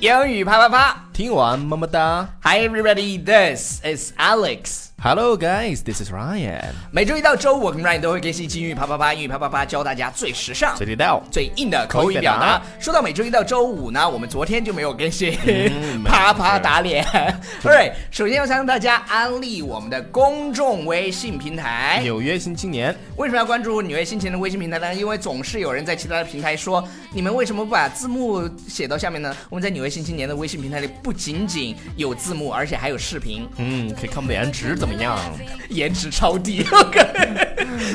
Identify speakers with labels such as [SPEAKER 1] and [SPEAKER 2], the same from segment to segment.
[SPEAKER 1] 英语啪啪啪
[SPEAKER 2] 听完么么哒。
[SPEAKER 1] ！Hi everybody, this is Alex。
[SPEAKER 2] Hello guys, this is Ryan。
[SPEAKER 1] 每周一到周五，我跟 Ryan 都会更新《金语啪啪啪》英语啪啪啪，教大家最时尚、
[SPEAKER 2] 谁知道？
[SPEAKER 1] 最硬的口语表达。说到每周一到周五呢，我们昨天就没有更新，啪啪打脸。 对，首先要向大家安利我们的公众微信平台。
[SPEAKER 2] 纽约新青年，
[SPEAKER 1] 为什么要关注纽约新青年的微信平台呢？因为总是有人在其他的平台说，你们为什么不把字幕写到下面呢？我们在纽约新青年的微信平台里不仅仅有字幕，而且还有视频，
[SPEAKER 2] 嗯，可以看我们的颜值怎么样？
[SPEAKER 1] 颜值超低。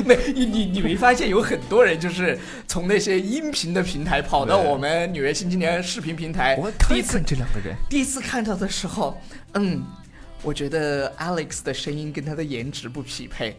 [SPEAKER 1] 没，你你你没发现有很多人就是从那些音频的平台跑到
[SPEAKER 2] 对
[SPEAKER 1] 我们纽约新青年视频平台
[SPEAKER 2] 我，
[SPEAKER 1] 第
[SPEAKER 2] 看
[SPEAKER 1] 一次
[SPEAKER 2] 看这两个人，
[SPEAKER 1] 第一次看到的时候，嗯，我觉得 Alex 的声音跟他的颜值不匹配。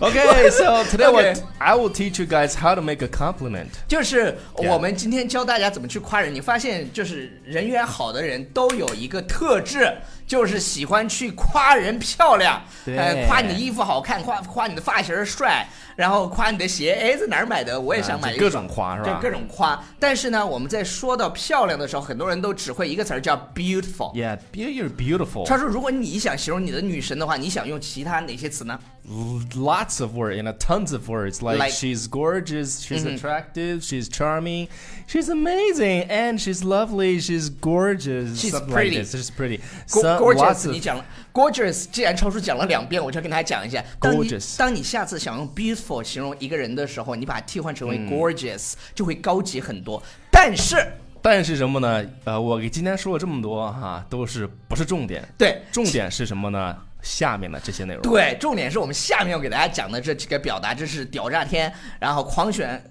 [SPEAKER 2] Okay, so today
[SPEAKER 1] Okay.
[SPEAKER 2] what I will teach you guys how to make a compliment.
[SPEAKER 1] 就是
[SPEAKER 2] 啊
[SPEAKER 1] 我们今天教大家怎么去夸人，你发现就是人缘好的人都有一个特质，就是喜欢去夸人漂亮，
[SPEAKER 2] 对
[SPEAKER 1] 呃，夸你的衣服好看，夸夸你的发型帅，然后夸你的鞋，哎，在哪儿买的？我也想买一
[SPEAKER 2] 啊各
[SPEAKER 1] 个。
[SPEAKER 2] 种夸是
[SPEAKER 1] 就
[SPEAKER 2] 吧？
[SPEAKER 1] 各种夸，但是呢，我们在说到漂亮的时候，很多人都只会一个词儿叫 beautiful。
[SPEAKER 2] Yeah, be- you're beautiful.
[SPEAKER 1] 他说，如果你想形容你的女神的话，你想用其他哪些词呢？
[SPEAKER 2] L- Lots of words, you know, tons of words. Like, Mm-hmm.
[SPEAKER 1] Like-
[SPEAKER 2] she's gorgeous, she's attractive, she's charming, she's amazing, and she's lovely, she's gorgeous.
[SPEAKER 1] She's
[SPEAKER 2] something
[SPEAKER 1] pretty.
[SPEAKER 2] Like this. She's pretty.
[SPEAKER 1] Go-
[SPEAKER 2] Some- lots
[SPEAKER 1] gorgeous，
[SPEAKER 2] of-
[SPEAKER 1] 你讲了 gorgeous，既然超叔讲了两遍，我就要跟大家讲一下。当你
[SPEAKER 2] Gorgeous
[SPEAKER 1] 当你下次想用 beautiful 形容一个人的时候，你把它替换成为 gorgeous，、就会高级很多。但是，
[SPEAKER 2] 但是什么呢？呃，我给今天说了这么多哈，都是不是重点？
[SPEAKER 1] 对
[SPEAKER 2] 重点是什么呢？下面的这些内容。
[SPEAKER 1] 对，重点是我们下面要给大家讲的这几个表达，这是屌炸天，然后狂选。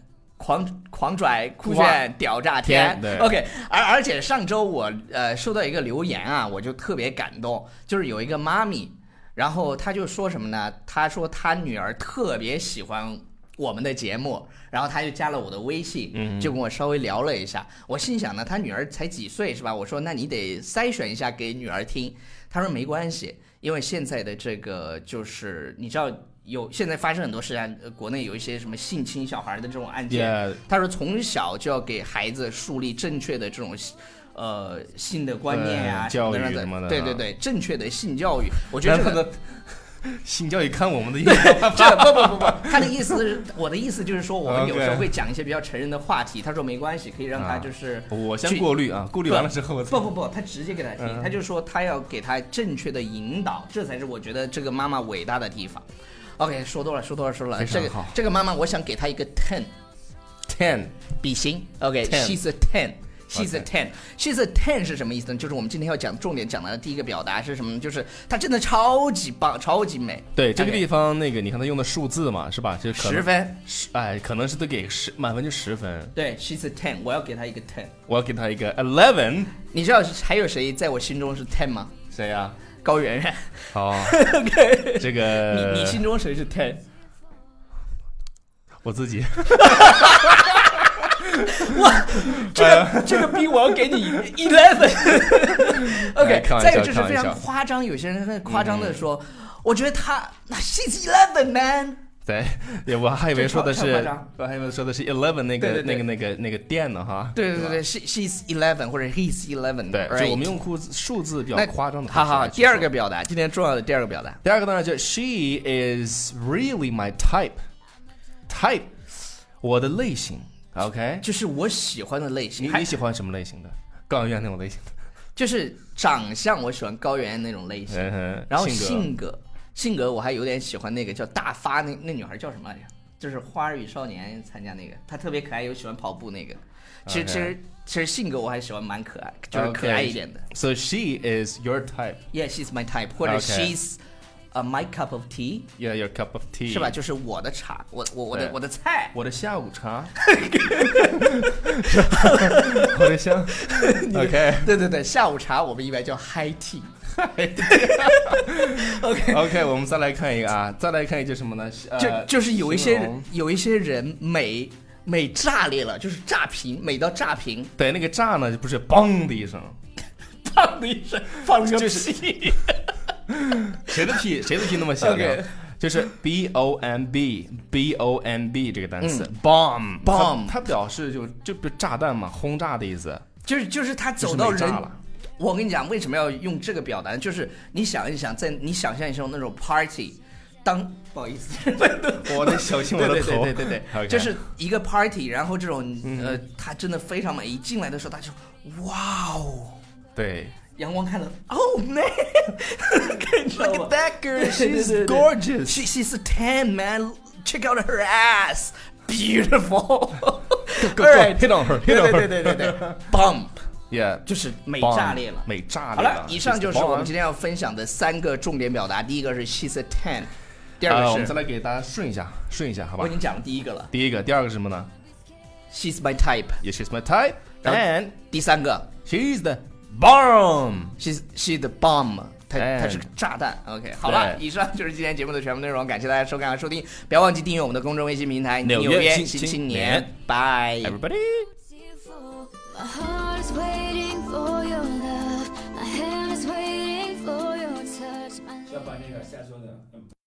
[SPEAKER 1] 狂狂拽酷炫屌炸天
[SPEAKER 2] 天对
[SPEAKER 1] ，OK，而而且上周我呃收到一个留言啊，我就特别感动，就是有一个妈咪，然后她就说什么呢？她说她女儿特别喜欢我们的节目，然后她就加了我的微
[SPEAKER 2] 嗯
[SPEAKER 1] 信，就跟我稍微聊了一下。我心想呢，她女儿才几岁是吧？我说那你得筛选一下给女儿听，她说没关系，因为现在的这个就是你知道有现在发生很多事啊，呃国内有一些什么性侵小孩的这种案件。
[SPEAKER 2] Yeah,
[SPEAKER 1] 他说从小就要给孩子树立正确的这种。呃，性的观念啊，
[SPEAKER 2] 对教
[SPEAKER 1] 什
[SPEAKER 2] 育
[SPEAKER 1] 么的
[SPEAKER 2] 什么的
[SPEAKER 1] 对对对，正确的性教育，我觉得这
[SPEAKER 2] 然后
[SPEAKER 1] 个
[SPEAKER 2] 性教育看我们的
[SPEAKER 1] 这不不不不， 他的意思是，我的意思就是说，我们有时候
[SPEAKER 2] OK 啊
[SPEAKER 1] 会讲一些比较成人的话题。他说没关系，可以让他就是
[SPEAKER 2] 我先
[SPEAKER 1] 去
[SPEAKER 2] 过滤啊，过滤完了之后我再
[SPEAKER 1] 不不不，他直接给他听，
[SPEAKER 2] 嗯
[SPEAKER 1] 他就说他要给他正确的引导，这才是我觉得这个妈妈伟大的地方。OK，说多了，说多了，说多了。
[SPEAKER 2] 非
[SPEAKER 1] 这
[SPEAKER 2] 常
[SPEAKER 1] 个
[SPEAKER 2] 好
[SPEAKER 1] 这个妈妈，我想给她一个 ten
[SPEAKER 2] ten
[SPEAKER 1] 比心。
[SPEAKER 2] 10
[SPEAKER 1] OK，she's、a ten。She's a
[SPEAKER 2] OK
[SPEAKER 1] ten. She's a ten 是什么意思呢？就是我们今天要讲重点讲的第一个表达是什么呢？就是她真的超级棒，超级美。
[SPEAKER 2] 对这个
[SPEAKER 1] OK，
[SPEAKER 2] 地方那个你看他用的数字嘛是吧？就可能
[SPEAKER 1] 十分。
[SPEAKER 2] 十哎，可能是得给十满分就十分，
[SPEAKER 1] 对，she's a ten，我要给她一个 ten。
[SPEAKER 2] 我要给他一个 eleven。
[SPEAKER 1] 你知道还有谁在我心中是 ten 吗？
[SPEAKER 2] 谁呀、
[SPEAKER 1] 高圆 圆。
[SPEAKER 2] 哦，这个
[SPEAKER 1] 你你心中谁是 ten？
[SPEAKER 2] 我 自己。呃
[SPEAKER 1] 这 个这个逼我要给你 eleven。OK，
[SPEAKER 2] 哎开玩
[SPEAKER 1] 再
[SPEAKER 2] 笑
[SPEAKER 1] 有就是非
[SPEAKER 2] 开玩笑嗯
[SPEAKER 1] 常夸张，有些人会夸张的说，我觉得他那 she's eleven man。
[SPEAKER 2] 对，对我还以为说的
[SPEAKER 1] 这超超夸
[SPEAKER 2] 是
[SPEAKER 1] 张，
[SPEAKER 2] 我还以为说的是 eleven 那个
[SPEAKER 1] 对对对
[SPEAKER 2] 那个那个那个店呢哈。
[SPEAKER 1] 对
[SPEAKER 2] 是
[SPEAKER 1] 对
[SPEAKER 2] 吧
[SPEAKER 1] 对，she she's eleven 或者 he's eleven。
[SPEAKER 2] 对，就我们用数字数字比较
[SPEAKER 1] 那
[SPEAKER 2] 夸张的
[SPEAKER 1] 好
[SPEAKER 2] 方式
[SPEAKER 1] 好，
[SPEAKER 2] 来去
[SPEAKER 1] 第二
[SPEAKER 2] 说
[SPEAKER 1] 个表达，今天重要的第二个表达。
[SPEAKER 2] 第二个当然就是 She is really my type. Type，我的类型。OK，
[SPEAKER 1] 就是我喜欢的类
[SPEAKER 2] 你
[SPEAKER 1] 型，还
[SPEAKER 2] 你喜欢什么类型的？高圆圆那种类型的。
[SPEAKER 1] 就是长相，我喜欢高圆圆那种类型，
[SPEAKER 2] 嗯哼
[SPEAKER 1] 然后
[SPEAKER 2] 性格
[SPEAKER 1] 性格，性格我还有点喜欢那个叫大发那那女孩叫什么来着？就是《花儿与少年》参加那个，她特别可爱，又喜欢跑步那个。其实
[SPEAKER 2] OK
[SPEAKER 1] 其实其实性格我还喜欢蛮可爱，就是可爱一点的。
[SPEAKER 2] So she is your type.
[SPEAKER 1] Yeah, she's my type，或者
[SPEAKER 2] OK
[SPEAKER 1] she's a my cup of tea，
[SPEAKER 2] Yeah, your cup of tea.
[SPEAKER 1] 是吧？？就是我的茶，我我我的
[SPEAKER 2] 对
[SPEAKER 1] 我的 菜。
[SPEAKER 2] 我的下午 茶。我的香。OK
[SPEAKER 1] 对对对，下午茶我们一般叫 high tea。OK，
[SPEAKER 2] OK，我们再来看一个啊，再来看一个什么呢？
[SPEAKER 1] 就
[SPEAKER 2] 呃
[SPEAKER 1] 就是有一些
[SPEAKER 2] 形
[SPEAKER 1] 人
[SPEAKER 2] 容
[SPEAKER 1] 有一些人美美炸裂了，就是炸屏，美到炸 屏。
[SPEAKER 2] 对那个炸呢，就不是嘣的一声，
[SPEAKER 1] 砰的一声，放了个屁。
[SPEAKER 2] 谁的屁谁的屁那么响亮
[SPEAKER 1] OK
[SPEAKER 2] 就是 b o m b b o m b 这个单词、
[SPEAKER 1] 嗯
[SPEAKER 2] bomb 它
[SPEAKER 1] bomb
[SPEAKER 2] 它表示就就就炸弹嘛，轰炸的意 思，
[SPEAKER 1] 就是就是他
[SPEAKER 2] 就
[SPEAKER 1] 走
[SPEAKER 2] 是
[SPEAKER 1] 到
[SPEAKER 2] 没
[SPEAKER 1] 人
[SPEAKER 2] 炸了。
[SPEAKER 1] 我跟你讲，为什么要用这个表达呢？就是你想一想，在你想象一下那种 party，当不好意 思，
[SPEAKER 2] 我得小 心我的嗯头，
[SPEAKER 1] 对对对对对
[SPEAKER 2] OK
[SPEAKER 1] 就是一个 party，然后这种呃，他真的非常美，一进来的时候他就哇哦，
[SPEAKER 2] 对。
[SPEAKER 1] 阳光看到，Oh man，你知道
[SPEAKER 2] Look
[SPEAKER 1] 吗
[SPEAKER 2] at that girl,
[SPEAKER 1] 对
[SPEAKER 2] she's
[SPEAKER 1] 对对
[SPEAKER 2] gorgeous.
[SPEAKER 1] She she's ten man. Check out her ass, beautiful.
[SPEAKER 2] go,
[SPEAKER 1] All right,
[SPEAKER 2] hit on her, hit
[SPEAKER 1] 对对
[SPEAKER 2] on her.
[SPEAKER 1] 对对对对，bomb
[SPEAKER 2] Yeah，
[SPEAKER 1] 就是美
[SPEAKER 2] bomb，
[SPEAKER 1] 炸裂了。
[SPEAKER 2] 美炸
[SPEAKER 1] 好
[SPEAKER 2] 裂了。
[SPEAKER 1] 了，以上就是
[SPEAKER 2] It's the
[SPEAKER 1] 我们
[SPEAKER 2] bomb
[SPEAKER 1] 今天要分享的三个重点表达。第一个是 she's a ten，第二
[SPEAKER 2] 呃我
[SPEAKER 1] 个是
[SPEAKER 2] 们再来给大家顺一下，顺一下，好
[SPEAKER 1] 我
[SPEAKER 2] 吧
[SPEAKER 1] 已？经讲了第一个了
[SPEAKER 2] 第一个，第二个是什么呢
[SPEAKER 1] ，she's my type。
[SPEAKER 2] ？Yeah, she's my type,
[SPEAKER 1] 然后
[SPEAKER 2] and
[SPEAKER 1] 第三个
[SPEAKER 2] she's the bomb.
[SPEAKER 1] she's she's the bomb。它
[SPEAKER 2] 哎
[SPEAKER 1] 它是个炸弹，OK，好了，
[SPEAKER 2] 对
[SPEAKER 1] 以上就是今天节目的全部内容，感谢大家收看和收听，不要忘记订阅我们的公众微信平台《
[SPEAKER 2] 纽
[SPEAKER 1] 纽
[SPEAKER 2] 约
[SPEAKER 1] 约
[SPEAKER 2] 新
[SPEAKER 1] 新
[SPEAKER 2] 青
[SPEAKER 1] 青
[SPEAKER 2] 年
[SPEAKER 1] 年》，拜。
[SPEAKER 2] Everybody.
[SPEAKER 3] Tearful. My heart is waiting for your love. My hand is waiting for your touch. My
[SPEAKER 4] 要把那个下周的。嗯